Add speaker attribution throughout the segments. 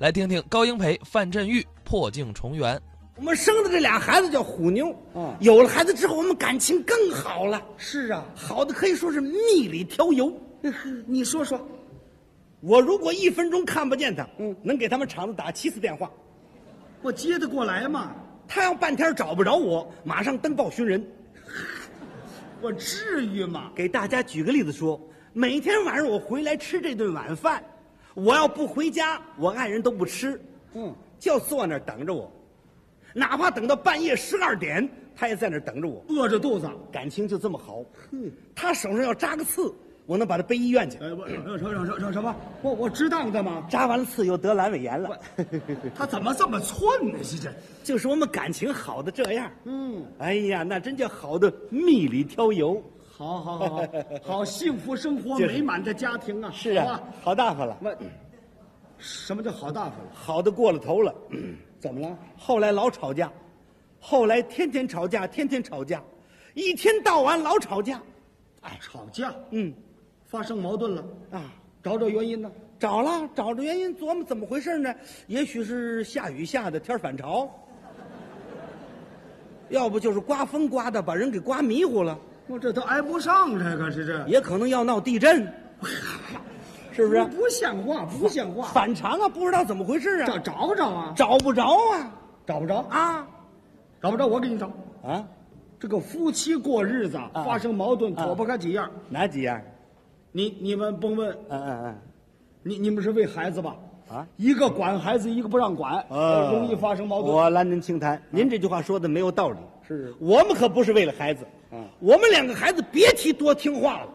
Speaker 1: 来听听高英培、范振钰破镜重圆。
Speaker 2: 我们生的这俩孩子叫虎妞，
Speaker 3: 嗯
Speaker 2: 有了孩子之后，我们感情更好了，
Speaker 3: 是啊，
Speaker 2: 好的可以说是蜜里调油。
Speaker 3: 你说说，
Speaker 2: 我如果一分钟看不见他，
Speaker 3: 嗯
Speaker 2: 能给他们厂子打七次电话，
Speaker 3: 我接得过来吗？
Speaker 2: 他要半天找不着我，马上登报寻人。
Speaker 3: 我至于吗？
Speaker 2: 给大家举个例子说，每天晚上我回来吃这顿晚饭，我要不回家，我爱人都不吃，
Speaker 3: 嗯，
Speaker 2: 就坐那儿等着我，哪怕等到半夜十二点，他也在那儿等着我。
Speaker 3: 饿着肚子。
Speaker 2: 感情就这么好，
Speaker 3: 哼，
Speaker 2: 他手上要扎个刺，我能把他背医院去。
Speaker 3: 哎，我什什什什什么？我我知当的吗？
Speaker 2: 扎完了刺又得阑尾 炎了，
Speaker 3: 他怎么这么寸呢？这这，
Speaker 2: 就是我们感情好的这样。
Speaker 3: 嗯，
Speaker 2: 哎呀，那真叫好的蜜里挑油。
Speaker 3: 好好好 好，好幸福生活
Speaker 2: 就是
Speaker 3: 美满的家庭啊！
Speaker 2: 是
Speaker 3: 好
Speaker 2: 啊
Speaker 3: 吧，
Speaker 2: 好大发了，
Speaker 3: 我什么叫好大方？
Speaker 2: 好的过了头了。
Speaker 3: 怎么了？
Speaker 2: 后来老吵架，后来天天吵架，天天吵架，一天到晚老吵架。
Speaker 3: 哎，吵架，
Speaker 2: 嗯，
Speaker 3: 发生矛盾了，
Speaker 2: 啊，
Speaker 3: 找找原因呢？
Speaker 2: 找了找着原因，琢磨怎么回事呢？也许是下雨下的天儿反潮，要不就是刮风刮的把人给刮迷糊了，
Speaker 3: 我这都挨不上这个，这这，
Speaker 2: 也可能要闹地震，是不是？
Speaker 3: 不像话，不像话！
Speaker 2: 反常啊，不知道怎么回事
Speaker 3: 找
Speaker 2: 啊，
Speaker 3: 找找啊，
Speaker 2: 找不着啊
Speaker 3: 找不着，
Speaker 2: 啊
Speaker 3: 找不着，我给你找。
Speaker 2: 啊！
Speaker 3: 这个夫妻过日子啊
Speaker 2: 啊
Speaker 3: 发生矛盾，
Speaker 2: 啊
Speaker 3: 躲不开几样。
Speaker 2: 哪几样？
Speaker 3: 你你们甭问，
Speaker 2: 嗯嗯嗯，
Speaker 3: 你你们是为孩子吧？
Speaker 2: 啊，
Speaker 3: 一个管孩子，一个不让管，
Speaker 2: 呃，
Speaker 3: 容易发生矛盾。
Speaker 2: 我拦您轻谈，您这句话说的没有道理。
Speaker 3: 是
Speaker 2: 我们可不是为了孩子，
Speaker 3: 嗯
Speaker 2: 我们两个孩子别提多听话了，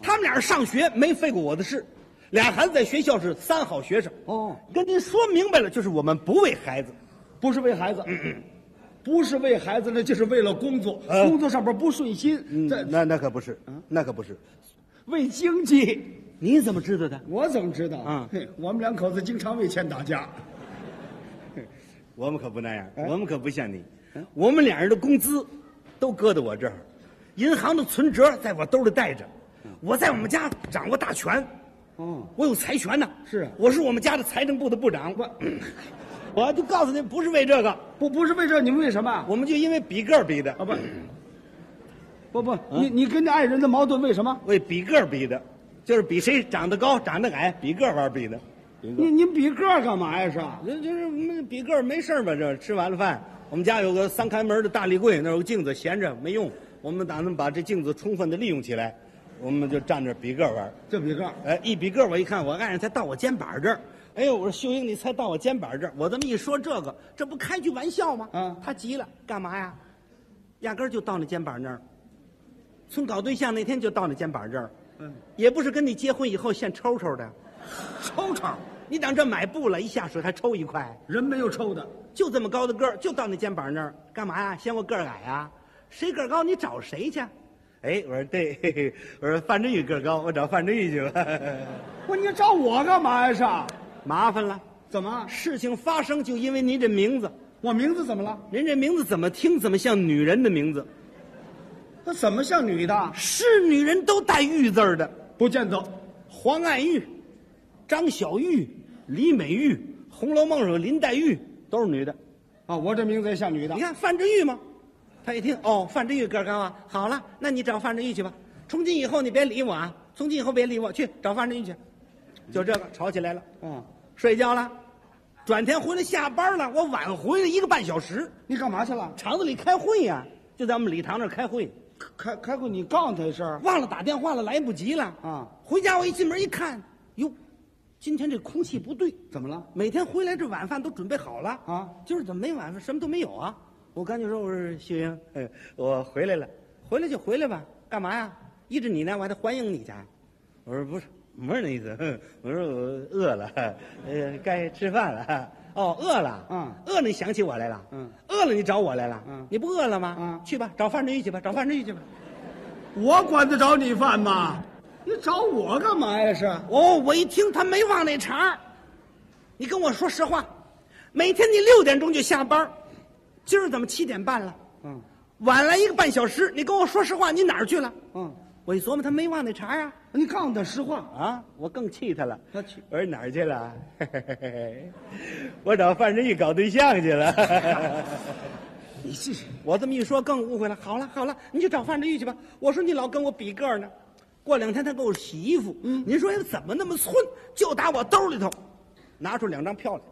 Speaker 2: 他们俩上学没费过我的事，俩孩子在学校是三好学生。
Speaker 3: 哦，
Speaker 2: 跟您说明白了，就是我们不为孩子。
Speaker 3: 不是为 孩子，不是为孩子，那就是为了工作，
Speaker 2: 呃嗯
Speaker 3: 工作上边不顺心，这
Speaker 2: 那那可不是，
Speaker 3: 嗯
Speaker 2: 那可不是。
Speaker 3: 为经济。
Speaker 2: 你怎么知道的？
Speaker 3: 我怎么知道？
Speaker 2: 嗯
Speaker 3: 嘿，我们两口子经常为钱打架。
Speaker 2: 我们可不那样，
Speaker 3: 哎
Speaker 2: 我们可不像你，我们俩人的工资都搁到我这儿，银行的存折在我兜里带着，我在我们家掌握大权，
Speaker 3: 嗯哦，
Speaker 2: 我有财权呢。
Speaker 3: 是啊
Speaker 2: 我是我们家的财政部的部长。我， 我就告诉您，不是为这个，
Speaker 3: 不不是为这，你们为什么？啊
Speaker 2: 我们就因为比个儿比的，
Speaker 3: 不，不
Speaker 2: 啊
Speaker 3: 不，你你跟你爱人的矛盾为什么？
Speaker 2: 为比个儿比的，就是比谁长得高、长得矮，比个儿玩儿比的。
Speaker 3: 你你比个儿干嘛呀？是吧？
Speaker 2: 这就是我们比个儿没事儿嘛，这吃完了饭，我们家有个三开门的大立柜，那儿有个镜子闲着没用，我们打算把这镜子充分的利用起来，我们就站这比个儿玩儿。
Speaker 3: 就比个儿。
Speaker 2: 哎，一比个儿我一看，我爱人才到我肩膀这儿。哎呦，我说秀英，你才到我肩膀这儿，我这么一说这个，这不开句玩笑吗？啊
Speaker 3: 嗯
Speaker 2: 他急了，干嘛呀？压根儿就到你肩膀那儿，从搞对象那天就到你肩膀这儿，
Speaker 3: 嗯，
Speaker 2: 也不是跟你结婚以后现抽抽的，
Speaker 3: 抽抽，
Speaker 2: 你等这买布了，一下水还抽一块。
Speaker 3: 人没有抽的。
Speaker 2: 就这么高的个儿，就到你肩膀那儿，干嘛呀？嫌我个儿矮啊？谁个儿高你找谁去？哎，我说对， 嘿嘿我说范振宇个儿高，我找范振宇去吧。
Speaker 3: 不，你找我干嘛呀？是吧？
Speaker 2: 麻烦了，
Speaker 3: 怎么？
Speaker 2: 事情发生就因为您这名字，
Speaker 3: 我名字怎么了？
Speaker 2: 您这名字怎么听怎么像女人的名字，
Speaker 3: 那怎么像女的？
Speaker 2: 是女人都带玉字儿的，
Speaker 3: 不见得。
Speaker 2: 黄爱玉、张小玉、李美玉，《红楼梦》上有林黛玉都是女的。
Speaker 3: 啊，我这名字也像女的
Speaker 2: 你。看范振钰吗？他一听哦，范振钰个儿高啊，好了，那你找范振钰去吧。从今以后你别理我啊，从今以后别理我，去找范振钰去。就这个吵起来了，嗯
Speaker 3: 啊，
Speaker 2: 睡觉了，转天回来下班了，我晚回来一个半小时，
Speaker 3: 你干嘛去了？
Speaker 2: 厂子里开会呀、就在我们礼堂那儿开会，
Speaker 3: 开开会，你告诉他一声。
Speaker 2: 忘了打电话了，来不及了
Speaker 3: 啊。
Speaker 2: 回家我一进门一看，哟，今天这空气不对，
Speaker 3: 怎么了？
Speaker 2: 每天回来这晚饭都准备好了
Speaker 3: 啊
Speaker 2: 今儿怎么没晚饭，什么都没有啊？我赶紧说，我说秀英，哎我回来了，回来就回来吧，干嘛呀？依着你呢，我还得欢迎你去。我说不是，不是那意思， 哼我说我饿了，呃，该吃饭了。哦，饿了，
Speaker 3: 嗯
Speaker 2: 饿了，你想起我来了，
Speaker 3: 嗯，
Speaker 2: 饿了你找我来了，
Speaker 3: 嗯
Speaker 2: 你不饿了吗？
Speaker 3: 嗯
Speaker 2: 去吧，找范振钰去吧，找范振钰去吧。
Speaker 3: 我管得着你饭吗？你找我干嘛呀？是。
Speaker 2: 哦，我一听他没忘那茬儿，你跟我说实话，每天你六点钟就下班儿，今儿怎么七点半了？
Speaker 3: 嗯
Speaker 2: 晚来一个半小时，你跟我说实话，你哪儿去了？
Speaker 3: 嗯，
Speaker 2: 我一琢磨，他没往那茬啊
Speaker 3: 你告诉他实话，
Speaker 2: 啊！我更气他了。
Speaker 3: 他去
Speaker 2: 我说哪儿去了？嘿嘿嘿嘿我找范振玉搞对象去 了。
Speaker 3: 你试试。
Speaker 2: 我这么一说，更误会了。好了好了，你去找范振玉去吧。我说你老跟我比个儿呢，过两天他给我洗衣服。嗯，您说怎么那么寸？就打我兜里头，拿出两张票来。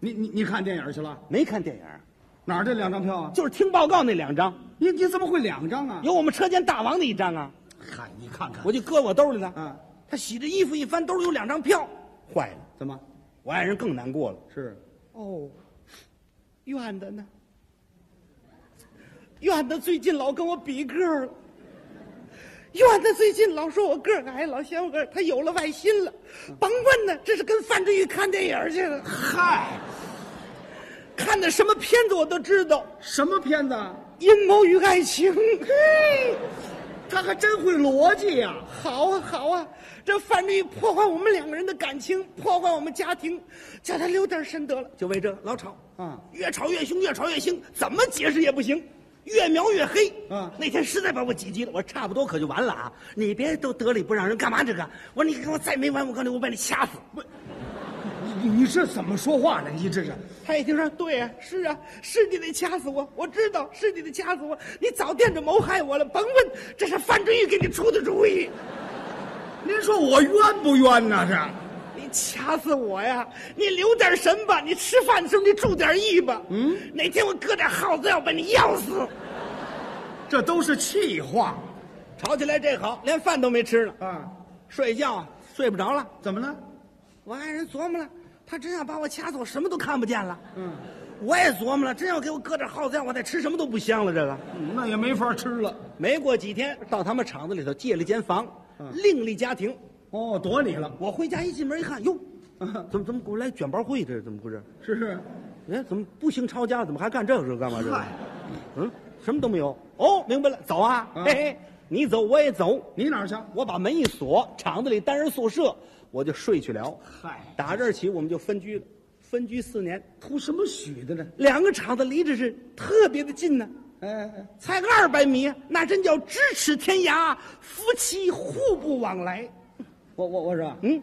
Speaker 3: 你你你看电影去了？
Speaker 2: 没看电影，
Speaker 3: 哪儿这两张票啊？
Speaker 2: 就是听报告那两张，
Speaker 3: 你你怎么会两张啊？
Speaker 2: 有我们车间大王的一张啊，
Speaker 3: 嗨，你看看
Speaker 2: 我就搁我兜里了。
Speaker 3: 啊，
Speaker 2: 他洗着衣服一翻，兜里有两张票，坏了，
Speaker 3: 怎么
Speaker 2: 我爱人更难过了。
Speaker 3: 是？
Speaker 2: 哦，院子呢？院子最近老跟我比个儿了。院子最近老说我个儿矮，老嫌我个儿，他有了外心了。甭问呢，这是跟范振玉看电影去了，
Speaker 3: 嗨，
Speaker 2: 看的什么片子我都知道，
Speaker 3: 什么片子啊？
Speaker 2: 《阴谋与爱情》。嘿，
Speaker 3: 他还真会逻辑呀、
Speaker 2: 好啊好啊，这范振玉破坏我们两个人的感情，破坏我们家庭，叫他留点神得了。就为这老吵
Speaker 3: 啊
Speaker 2: 越吵越凶，越吵越凶，怎么解释也不行，越描越黑。
Speaker 3: 啊
Speaker 2: 那天实在把我挤急了，我说差不多可就完了啊！你别都得理不让人，干嘛这个？我说你给我再没完，我告诉你，我把你掐死！
Speaker 3: 你你这怎么说话呢？你这是
Speaker 2: 他一听说，对啊，是啊，是你得掐死我，我知道是你得掐死我，你早惦着谋害我了，甭问，这是范振玉给你出的主意。
Speaker 3: 您说我冤不冤呐、这
Speaker 2: 你掐死我呀！你留点神吧，你吃饭的时候你注点意吧。嗯，哪天我搁点耗子药把你药死。
Speaker 3: 这都是气话
Speaker 2: 吵起来这好，连饭都没吃呢。
Speaker 3: 啊！
Speaker 2: 睡觉啊睡不着了。
Speaker 3: 怎么了？
Speaker 2: 我爱人琢磨了，他真要把我掐死，我什么都看不见了。
Speaker 3: 嗯，
Speaker 2: 我也琢磨了，真要给我搁点耗子药，我再吃什么都不香了。这个
Speaker 3: 嗯那也没法吃了。
Speaker 2: 没过几天，到他们厂子里头借了间房，
Speaker 3: 嗯
Speaker 2: 另立家庭。
Speaker 3: 哦，躲你了，
Speaker 2: 我回家一进门一看， 哟，怎么怎么给我来卷包会？这是怎么回事？
Speaker 3: 是不是？
Speaker 2: 哎，怎么不兴抄家？怎么还干这个事？干嘛这个
Speaker 3: 嗯嗨？
Speaker 2: 嗯，什么都没有。哦，明白了，走啊！
Speaker 3: 嗯
Speaker 2: 嘿嘿，你走我也走。
Speaker 3: 你哪儿去？
Speaker 2: 我把门一锁，厂子里单人宿舍，我就睡去了。
Speaker 3: 嗨
Speaker 2: 打这儿起我们就分居了，分居四年，
Speaker 3: 图什么许的呢？
Speaker 2: 两个厂子离着是特别的近呢、
Speaker 3: 哎哎，哎
Speaker 2: 才二百米，那真叫咫尺天涯，夫妻互不往来。
Speaker 3: 我我我说，
Speaker 2: 嗯，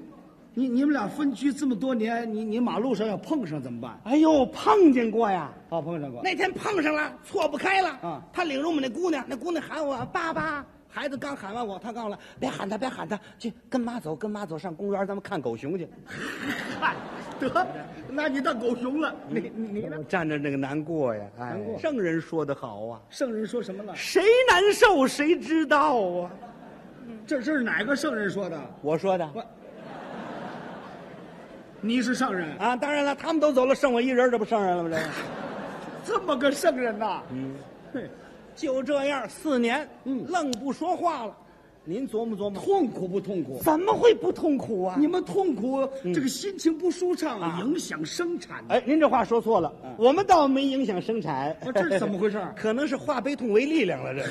Speaker 3: 你你们俩分居这么多年，你你马路上要碰上怎么办？
Speaker 2: 哎呦，碰见过呀。
Speaker 3: 啊，碰上过。
Speaker 2: 那天碰上了，错不开了。
Speaker 3: 啊
Speaker 2: 他领着我们那姑娘，那姑娘喊我爸爸。孩子刚喊完我，他告诉我别喊他，别喊他，去跟妈走，跟妈走，上公园咱们看狗熊去。
Speaker 3: 嗨，得，那你当狗熊了。你你你呢？
Speaker 2: 我哎站着那个难过呀，哎
Speaker 3: 难过
Speaker 2: 圣人说的好啊，
Speaker 3: 圣人说什么了？
Speaker 2: 谁难受谁知道啊。
Speaker 3: 这这是哪个圣人说的？
Speaker 2: 我说的
Speaker 3: 我你是圣人，
Speaker 2: 啊，当然了，他们都走了，剩我一人，这不圣人了吗？这个
Speaker 3: 这么个圣人呐？嗯，嘿，
Speaker 2: 就这样四年，
Speaker 3: 嗯
Speaker 2: 愣不说话了。您琢磨琢磨，
Speaker 3: 痛苦不痛苦？
Speaker 2: 怎么会不痛苦啊？
Speaker 3: 你们痛苦，这个心情不舒畅，影响生产。
Speaker 2: 哎，您这话说错了，我们倒没影响生产
Speaker 3: 啊，这是怎么回事
Speaker 2: 可能是化悲痛为力量了，这个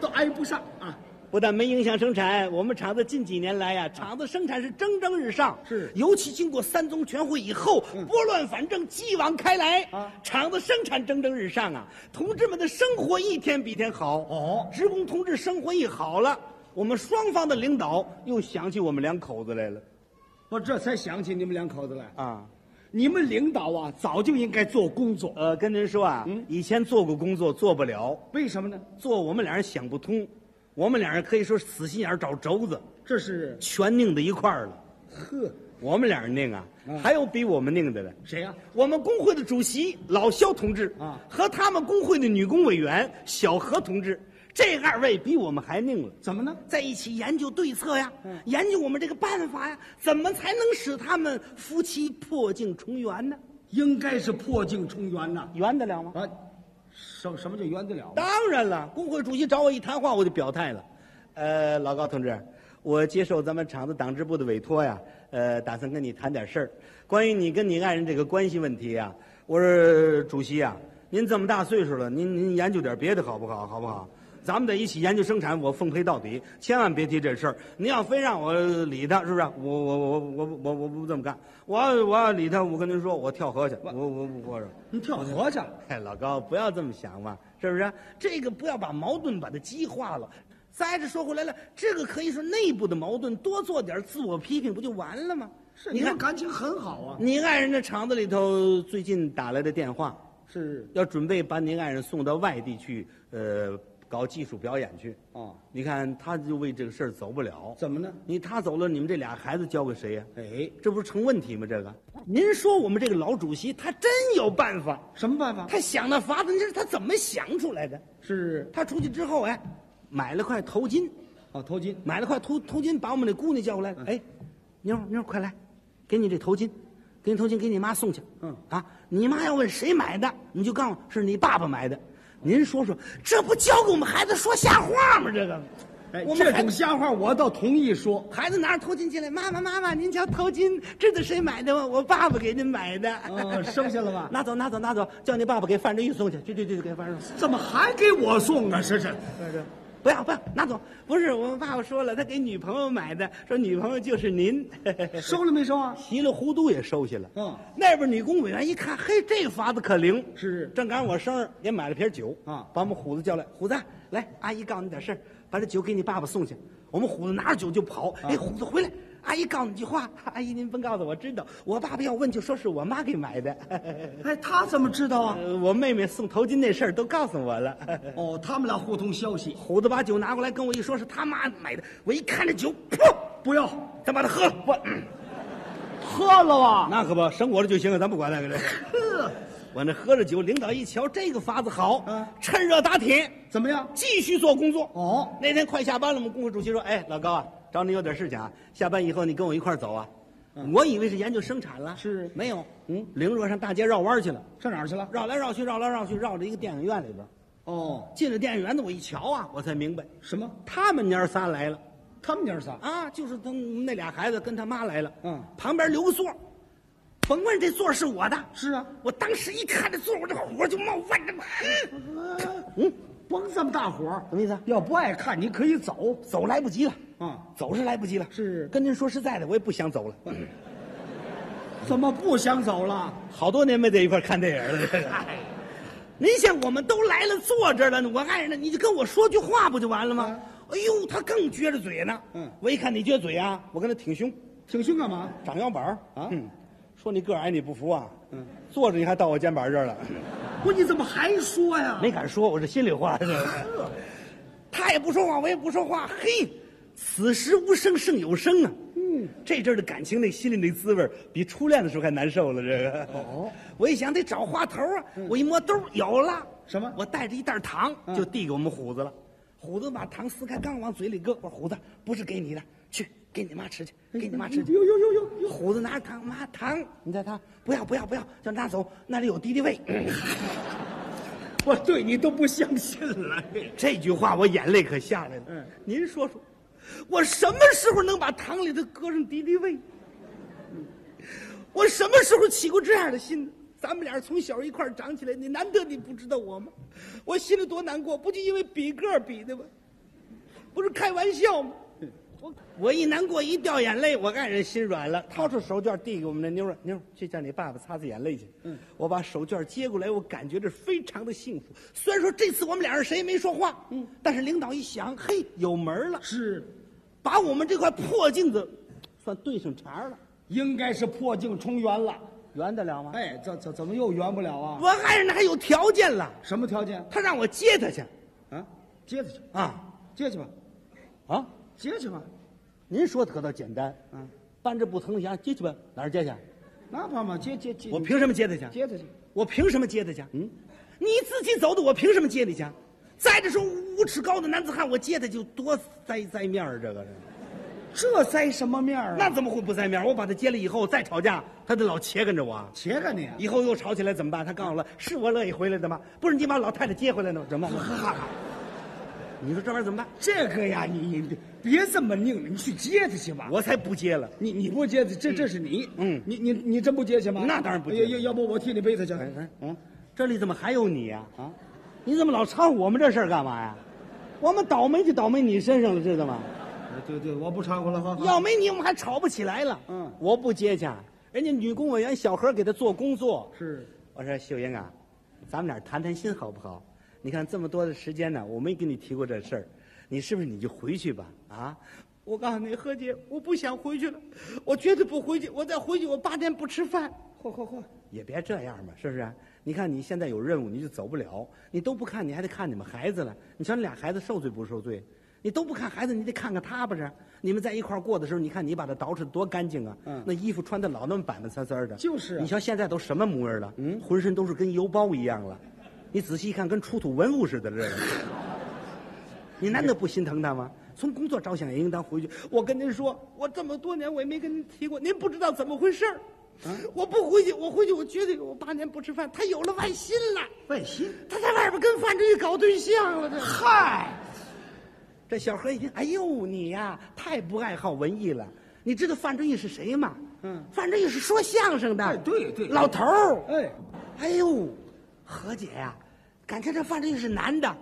Speaker 3: 都挨不上啊。
Speaker 2: 不但没影响生产，我们厂子近几年来呀、厂子生产是蒸蒸日上，
Speaker 3: 是嗯
Speaker 2: 尤其经过三中全会以后，拨乱反正，继往开来
Speaker 3: 啊
Speaker 2: 厂子生产蒸蒸日上啊，同志们的生活一天比一天好
Speaker 3: 哦
Speaker 2: 职工同志生活一好了，我们双方的领导又想起我们两口子来了
Speaker 3: 我这才想起你们两口子来，
Speaker 2: 啊。
Speaker 3: 你们领导啊，早就应该做工作，
Speaker 2: 呃，跟您说啊，
Speaker 3: 嗯
Speaker 2: 以前做过工作做不了，
Speaker 3: 为什么呢？
Speaker 2: 做我们俩人想不通，我们俩人可以说是死心眼儿找轴子，
Speaker 3: 这是
Speaker 2: 全拧到一块儿了。
Speaker 3: 呵，
Speaker 2: 我们俩人拧啊，
Speaker 3: 嗯
Speaker 2: 还有比我们拧的嘞。
Speaker 3: 谁呀、
Speaker 2: 我们工会的主席老肖同志
Speaker 3: 啊
Speaker 2: 和他们工会的女工委员小何同志，这二位比我们还拧了。
Speaker 3: 怎么呢？
Speaker 2: 在一起研究对策呀，
Speaker 3: 嗯
Speaker 2: 研究我们这个办法呀，怎么才能使他们夫妻破镜重圆呢？
Speaker 3: 应该是破镜重圆呐、
Speaker 2: 圆得了吗？
Speaker 3: 啊！什什么叫圆得了吗？
Speaker 2: 当然了，工会主席找我一谈话，我就表态了。呃，老高同志，我接受咱们厂子党支部的委托呀，呃，打算跟你谈点事儿，关于你跟你爱人这个关系问题呀。我说主席啊，您这么大岁数了，您您研究点别的好不好？好不好？咱们得一起研究生产，我奉陪到底，千万别提这事儿。您要非让我理他，是不是？我我我我我我不这么干，我要我要理他，我跟您说，我跳河去，我我我我说。
Speaker 3: 你跳河去，
Speaker 2: 哎，老高，不要这么想嘛，是不是？这个不要把矛盾把它激化了。再者说回来了，这个可以说内部的矛盾，多做点自我批评不就完了吗？
Speaker 3: 是
Speaker 2: 你
Speaker 3: 你
Speaker 2: 看
Speaker 3: 们，感情很好啊。
Speaker 2: 您爱人的厂子里头最近打来的电话，
Speaker 3: 是
Speaker 2: 要准备把您爱人送到外地去，呃，搞技术表演去。
Speaker 3: 哦，
Speaker 2: 你看，他就为这个事儿走不了。
Speaker 3: 怎么呢？
Speaker 2: 你他走了，你们这俩孩子交给谁呀、
Speaker 3: 哎，
Speaker 2: 这不是成问题吗？这个，您说我们这个老主席他真有办法，
Speaker 3: 什么办法？
Speaker 2: 他想那法子，你是他怎么想出来的？
Speaker 3: 是
Speaker 2: 他出去之后，哎，买了块头巾，
Speaker 3: 哦，头巾
Speaker 2: 买了块头头巾，把我们那姑娘叫过
Speaker 3: 嗯
Speaker 2: 来，哎，妞儿妞儿快来，给你这头巾，给你头巾给你妈送去。
Speaker 3: 嗯
Speaker 2: 啊，你妈要问谁买的，你就告诉是你爸爸买的。您说说，这不教给我们孩子说瞎话吗？这个，
Speaker 3: 哎，
Speaker 2: 我们
Speaker 3: 这
Speaker 2: 孩
Speaker 3: 种瞎话我倒同意说。
Speaker 2: 孩子拿着头巾进来，妈妈妈妈，您瞧头巾，知道谁买的吗？我爸爸给您买的。
Speaker 3: 哦生下了吧
Speaker 2: 拿走拿走拿走，叫你爸爸给范振玉送去，去去去，给范振玉送。
Speaker 3: 怎么还给我送啊？这是
Speaker 2: 不要不要，拿走！不是我爸爸说了，他给女朋友买的，说女朋友就是您，
Speaker 3: 收了没收啊？
Speaker 2: 稀里糊涂也收下了。
Speaker 3: 嗯，
Speaker 2: 那边女工委员一看，嘿，这法子可灵。
Speaker 3: 是
Speaker 2: 正赶上我生日，也买了瓶酒
Speaker 3: 啊
Speaker 2: 把我们虎子叫来，虎子来，阿姨告诉你点事儿，把这酒给你爸爸送去。我们虎子拿着酒就跑，哎，虎子回来。阿姨告诉你句话， 阿姨您甭告诉我，知道我爸爸要问就说是我妈给买的，
Speaker 3: 哎，他怎么知道啊？
Speaker 2: 呃我妹妹送头巾那事儿都告诉我了。
Speaker 3: 哦，他们俩互通消息。
Speaker 2: 虎子把酒拿过来跟我一说是他妈买的，我一看这酒，噗，
Speaker 3: 不要
Speaker 2: 咱把它喝了。不，嗯
Speaker 3: 喝了啊吧？
Speaker 2: 啊那可不，生我的就行了，咱不管那个。
Speaker 3: 呵，
Speaker 2: 我那喝着酒，领导一瞧这个法子好，
Speaker 3: 嗯
Speaker 2: 趁热打铁，
Speaker 3: 怎么样？
Speaker 2: 继续做工作。
Speaker 3: 哦，
Speaker 2: 那天快下班了，我们工会主席说：“哎，老高啊，找你有点事情啊，下班以后你跟我一块儿走啊。我以为是研究生产了，
Speaker 3: 是
Speaker 2: 没有，嗯，凌若上大街绕弯去了，
Speaker 3: 上哪儿去了？
Speaker 2: 绕来绕去，绕来绕去，绕到一个电影院里边。
Speaker 3: 哦，
Speaker 2: 进了电影院子，我一瞧啊，我才明白，
Speaker 3: 什么？
Speaker 2: 他们娘仨来了。
Speaker 3: 他们娘仨
Speaker 2: 啊，就是他们那俩孩子跟他妈来了，
Speaker 3: 嗯
Speaker 2: 旁边留个座儿，甭问这座儿是我的，
Speaker 3: 是啊，
Speaker 2: 我当时一看这座儿，我这火就冒万丈，嗯
Speaker 3: 嗯，甭这么大火，
Speaker 2: 什么意思啊
Speaker 3: 要不爱看，你可以走。
Speaker 2: 走来不及了，
Speaker 3: 嗯，
Speaker 2: 走是来不及了，
Speaker 3: 是嗯
Speaker 2: 跟您说实在的，我也不想走了，
Speaker 3: 怎么不想走了？
Speaker 2: 好多年没在一块儿看电影了。这个您像我们都来了，坐这儿了，我爱人呢，你就跟我说句话不就完了吗？哎呦，他更撅着嘴呢。
Speaker 3: 嗯
Speaker 2: 我一看你撅嘴啊，我跟他挺胸，
Speaker 3: 挺胸干嘛？
Speaker 2: 长腰板儿
Speaker 3: 啊
Speaker 2: 嗯，说你个儿矮你不服啊？
Speaker 3: 嗯，
Speaker 2: 坐着你还到我肩膀这 儿了。
Speaker 3: 不，你怎么还说呀？
Speaker 2: 没敢说，我这心里话。他也不说话，我也不说话。嘿，此时无声胜有声啊！嗯，这阵儿的感情，那心里那滋味儿比初恋的时候还难受了。这个
Speaker 3: 哦，嗯
Speaker 2: 我一想得找话头啊，我一摸兜儿有了
Speaker 3: 什么
Speaker 2: 我带着一袋糖，
Speaker 3: 嗯
Speaker 2: 就递给我们虎子了。虎子把糖撕开，刚往嘴里搁，我说虎子不是给你的，去给你妈吃去，给你妈吃去。
Speaker 3: 哎呦呦呦呦呦！
Speaker 2: 虎子拿着糖，妈糖，你再糖，不要不要不要，叫拿走，那里有敌敌畏。
Speaker 3: 我对你都不相信了。
Speaker 2: 这句话我眼泪可下来了。
Speaker 3: 嗯，
Speaker 2: 您说说，我什么时候能把糖里头搁上敌敌畏？我什么时候起过这样的心呢？咱们俩从小一块儿长起来，你难得你不知道我吗？我心里多难过，不就因为比个儿比的吗？不是开玩笑吗？我我一难过一掉眼泪，我爱人心软了，掏出手绢递给我们那妞儿，妞儿去叫你爸爸擦擦眼泪去。嗯，我把手绢接过来，我感觉这非常的幸福。虽然说这次我们俩人谁也没说话，嗯，但是领导一想，嘿，有门儿了，
Speaker 3: 是，
Speaker 2: 把我们这块破镜子算对上茬儿了，
Speaker 3: 应该是破镜重圆了。
Speaker 2: 圆得了吗？
Speaker 3: 哎，怎怎怎么又圆不了啊？
Speaker 2: 我爱人还有条件了，
Speaker 3: 什么条件？
Speaker 2: 他让我接他去
Speaker 3: 啊，接着去，
Speaker 2: 啊
Speaker 3: 接去吧，
Speaker 2: 啊！
Speaker 3: 接去吧。
Speaker 2: 您说的可倒简单，
Speaker 3: 嗯，
Speaker 2: 搬着不疼的羊接去吧，哪儿接去？
Speaker 3: 那怕嘛，接接接。
Speaker 2: 我凭什么接他去？
Speaker 3: 接着去。
Speaker 2: 我凭什么接他去？嗯，你自己走的，我凭什么接你去？再者说，五尺高的男子汉，我接他就多栽栽面儿，这个是。
Speaker 3: 这栽什么面儿啊？
Speaker 2: 那怎么会不栽面儿？我把他接了以后再吵架，他得老切跟着我，
Speaker 3: 切个你啊！
Speaker 2: 以后又吵起来怎么办？他告诉我了，是我乐意回来的吗？不是你把老太太接回来的吗？怎么办？你说这玩意儿怎么办？
Speaker 3: 这个呀，你你别别这么拧，你去接他去吧。
Speaker 2: 我才不接了。
Speaker 3: 你你不接，这这是你，
Speaker 2: 嗯
Speaker 3: 你你你真不接去吗？
Speaker 2: 那当然不接
Speaker 3: 哎要要不我替你背他去。
Speaker 2: 哎哎，嗯，这里怎么还有你呀、啊？
Speaker 3: 啊，
Speaker 2: 你怎么老掺和我们这事儿干嘛呀？我们倒霉就倒霉你身上了，知道吗？
Speaker 3: 对对，我不掺和了，好好。
Speaker 2: 要没你，我们还吵不起来了。
Speaker 3: 嗯
Speaker 2: 我不接去，人家女工委员小何给他做工作。
Speaker 3: 是
Speaker 2: 我说秀英啊，咱们俩谈谈心好不好？你看这么多的时间呢，我没跟你提过这事儿，你是不是你就回去吧？啊，我告诉你，何姐，我不想回去了，我绝对不回去，我再回去我八天不吃饭。嚯嚯嚯，也别这样嘛，是不是？你看你现在有任务，你就走不了，你都不看，你还得看你们孩子了。你瞧你俩孩子受罪不受罪？你都不看孩子，你得看看他不是？你们在一块儿过的时候，你看你把他捯饬得多干净啊！
Speaker 3: 嗯
Speaker 2: 那衣服穿的老那么板板森森的，
Speaker 3: 就是啊
Speaker 2: 你瞧现在都什么模样了？嗯，浑身都是跟油包一样了。你仔细一看，跟出土文物似的，这个。你难道不心疼他吗？从工作着想也应当回去。我跟您说，我这么多年我也没跟您提过，您不知道怎么回事儿。
Speaker 3: 啊
Speaker 2: 我不回去，我回去我绝对我八年不吃饭。他有了外心了，
Speaker 3: 外心。
Speaker 2: 他在外边跟范志毅搞对象了。这
Speaker 3: 嗨，
Speaker 2: 这小何一听，哎呦你呀，太不爱好文艺了。你知道范志毅是谁吗？
Speaker 3: 嗯
Speaker 2: 范志毅是说相声的。
Speaker 3: 哎对对
Speaker 2: 老头儿。
Speaker 3: 哎，
Speaker 2: 哎呦，何姐呀、感情这范志毅是男的。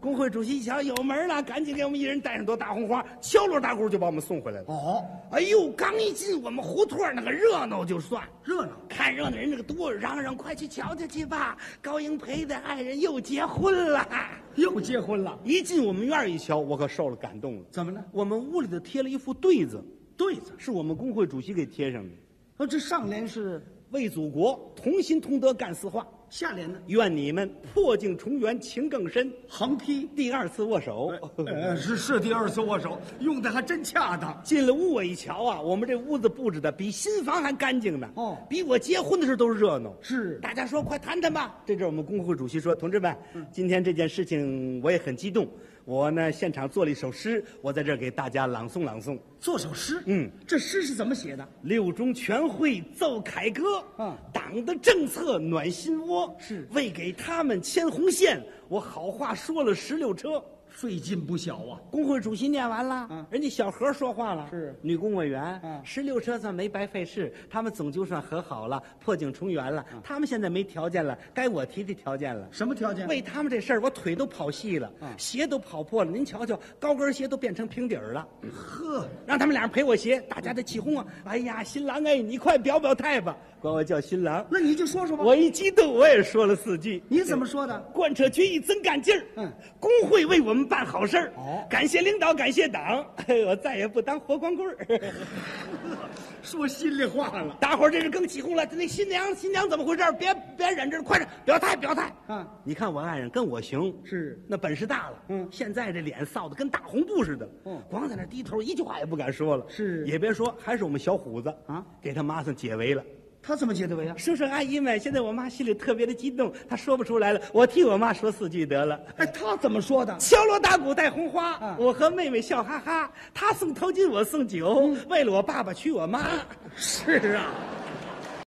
Speaker 2: 工会主席一瞧有门了，赶紧给我们一人带上朵大红花，敲锣打鼓就把我们送回来了。
Speaker 3: 哦，
Speaker 2: 哎呦，刚一进我们胡同儿那个热闹就算，
Speaker 3: 热闹
Speaker 2: 看热闹人那个多，嚷嚷快去瞧瞧去吧，高英培的爱人又结婚了。
Speaker 3: 又结婚了，
Speaker 2: 一进我们院儿一瞧，我可受了感动了。
Speaker 3: 怎么了？
Speaker 2: 我们屋里头贴了一副对子，
Speaker 3: 对子。
Speaker 2: 是我们工会主席给贴上的，
Speaker 3: 哦，这上联是
Speaker 2: 为祖国同心同德干四化。
Speaker 3: 下联呢，
Speaker 2: 愿你们破镜重圆情更深。
Speaker 3: 横批。
Speaker 2: 第二次握手，
Speaker 3: 呃，是是第二次握手，用的还真恰当。
Speaker 2: 进了屋我一瞧啊，我们这屋子布置的比新房还干净呢。
Speaker 3: 哦
Speaker 2: 比我结婚的时候都热闹。
Speaker 3: 是
Speaker 2: 大家说快谈谈吧。这阵儿我们工会主席说：“同志们，
Speaker 3: 嗯
Speaker 2: 今天这件事情我也很激动，我呢现场做了一首诗，我在这儿给大家朗诵朗诵。
Speaker 3: 做首诗，
Speaker 2: 嗯，
Speaker 3: 这诗是怎么写的？
Speaker 2: 六中全会奏凯歌，
Speaker 3: 嗯
Speaker 2: 党的政策暖心窝，
Speaker 3: 是
Speaker 2: 为给他们牵红线，我好话说了十六车。”
Speaker 3: 费劲不小啊。
Speaker 2: 工会主席念完了，
Speaker 3: 嗯
Speaker 2: 人家小何说话了，
Speaker 3: 是
Speaker 2: 女工委员，
Speaker 3: 嗯
Speaker 2: 十六车算没白费事，他们总就算和好了，破镜重圆
Speaker 3: 嗯
Speaker 2: 了，他们现在没条件了，该我提提条件了。
Speaker 3: 什么条件？
Speaker 2: 为他们这事儿，我腿都跑细了，
Speaker 3: 嗯
Speaker 2: 鞋都跑破了。您瞧瞧，高跟鞋都变成平底儿了。
Speaker 3: 呵，
Speaker 2: 让他们俩人赔我鞋，大家得起哄啊！哎呀，新郎哎，你快表表态吧，管我叫新郎。
Speaker 3: 那你就说说吧。
Speaker 2: 我一激动，我也说了四句。
Speaker 3: 嗯你怎么说的？
Speaker 2: 贯彻决议真干劲儿，
Speaker 3: 嗯，
Speaker 2: 工会为我们办好事儿，
Speaker 3: 哦
Speaker 2: 感谢领导，感谢党， 哎我再也不当活光棍儿。
Speaker 3: 说心里话了。
Speaker 2: 大伙儿这是更起哄了，那新娘新娘怎么回事儿？别别忍着，快点表态表态！
Speaker 3: 啊，
Speaker 2: 你看我爱人跟我行，
Speaker 3: 是
Speaker 2: 那本事大了，
Speaker 3: 嗯
Speaker 2: 现在这脸臊的跟大红布似的，
Speaker 3: 嗯
Speaker 2: 光在那低头，一句话也不敢说了，
Speaker 3: 是
Speaker 2: 也别说，还是我们小虎子
Speaker 3: 啊，
Speaker 2: 给他妈算解围了。
Speaker 3: 他怎么解的围啊？
Speaker 2: 叔叔阿姨们，现在我妈心里特别的激动，她说不出来了，我替我妈说四句得了。
Speaker 3: 哎，他怎么说的？
Speaker 2: 敲锣打鼓带红花，
Speaker 3: 啊
Speaker 2: 我和妹妹笑哈哈。她送头巾，我送酒，为了我爸爸娶我妈。
Speaker 3: 是啊，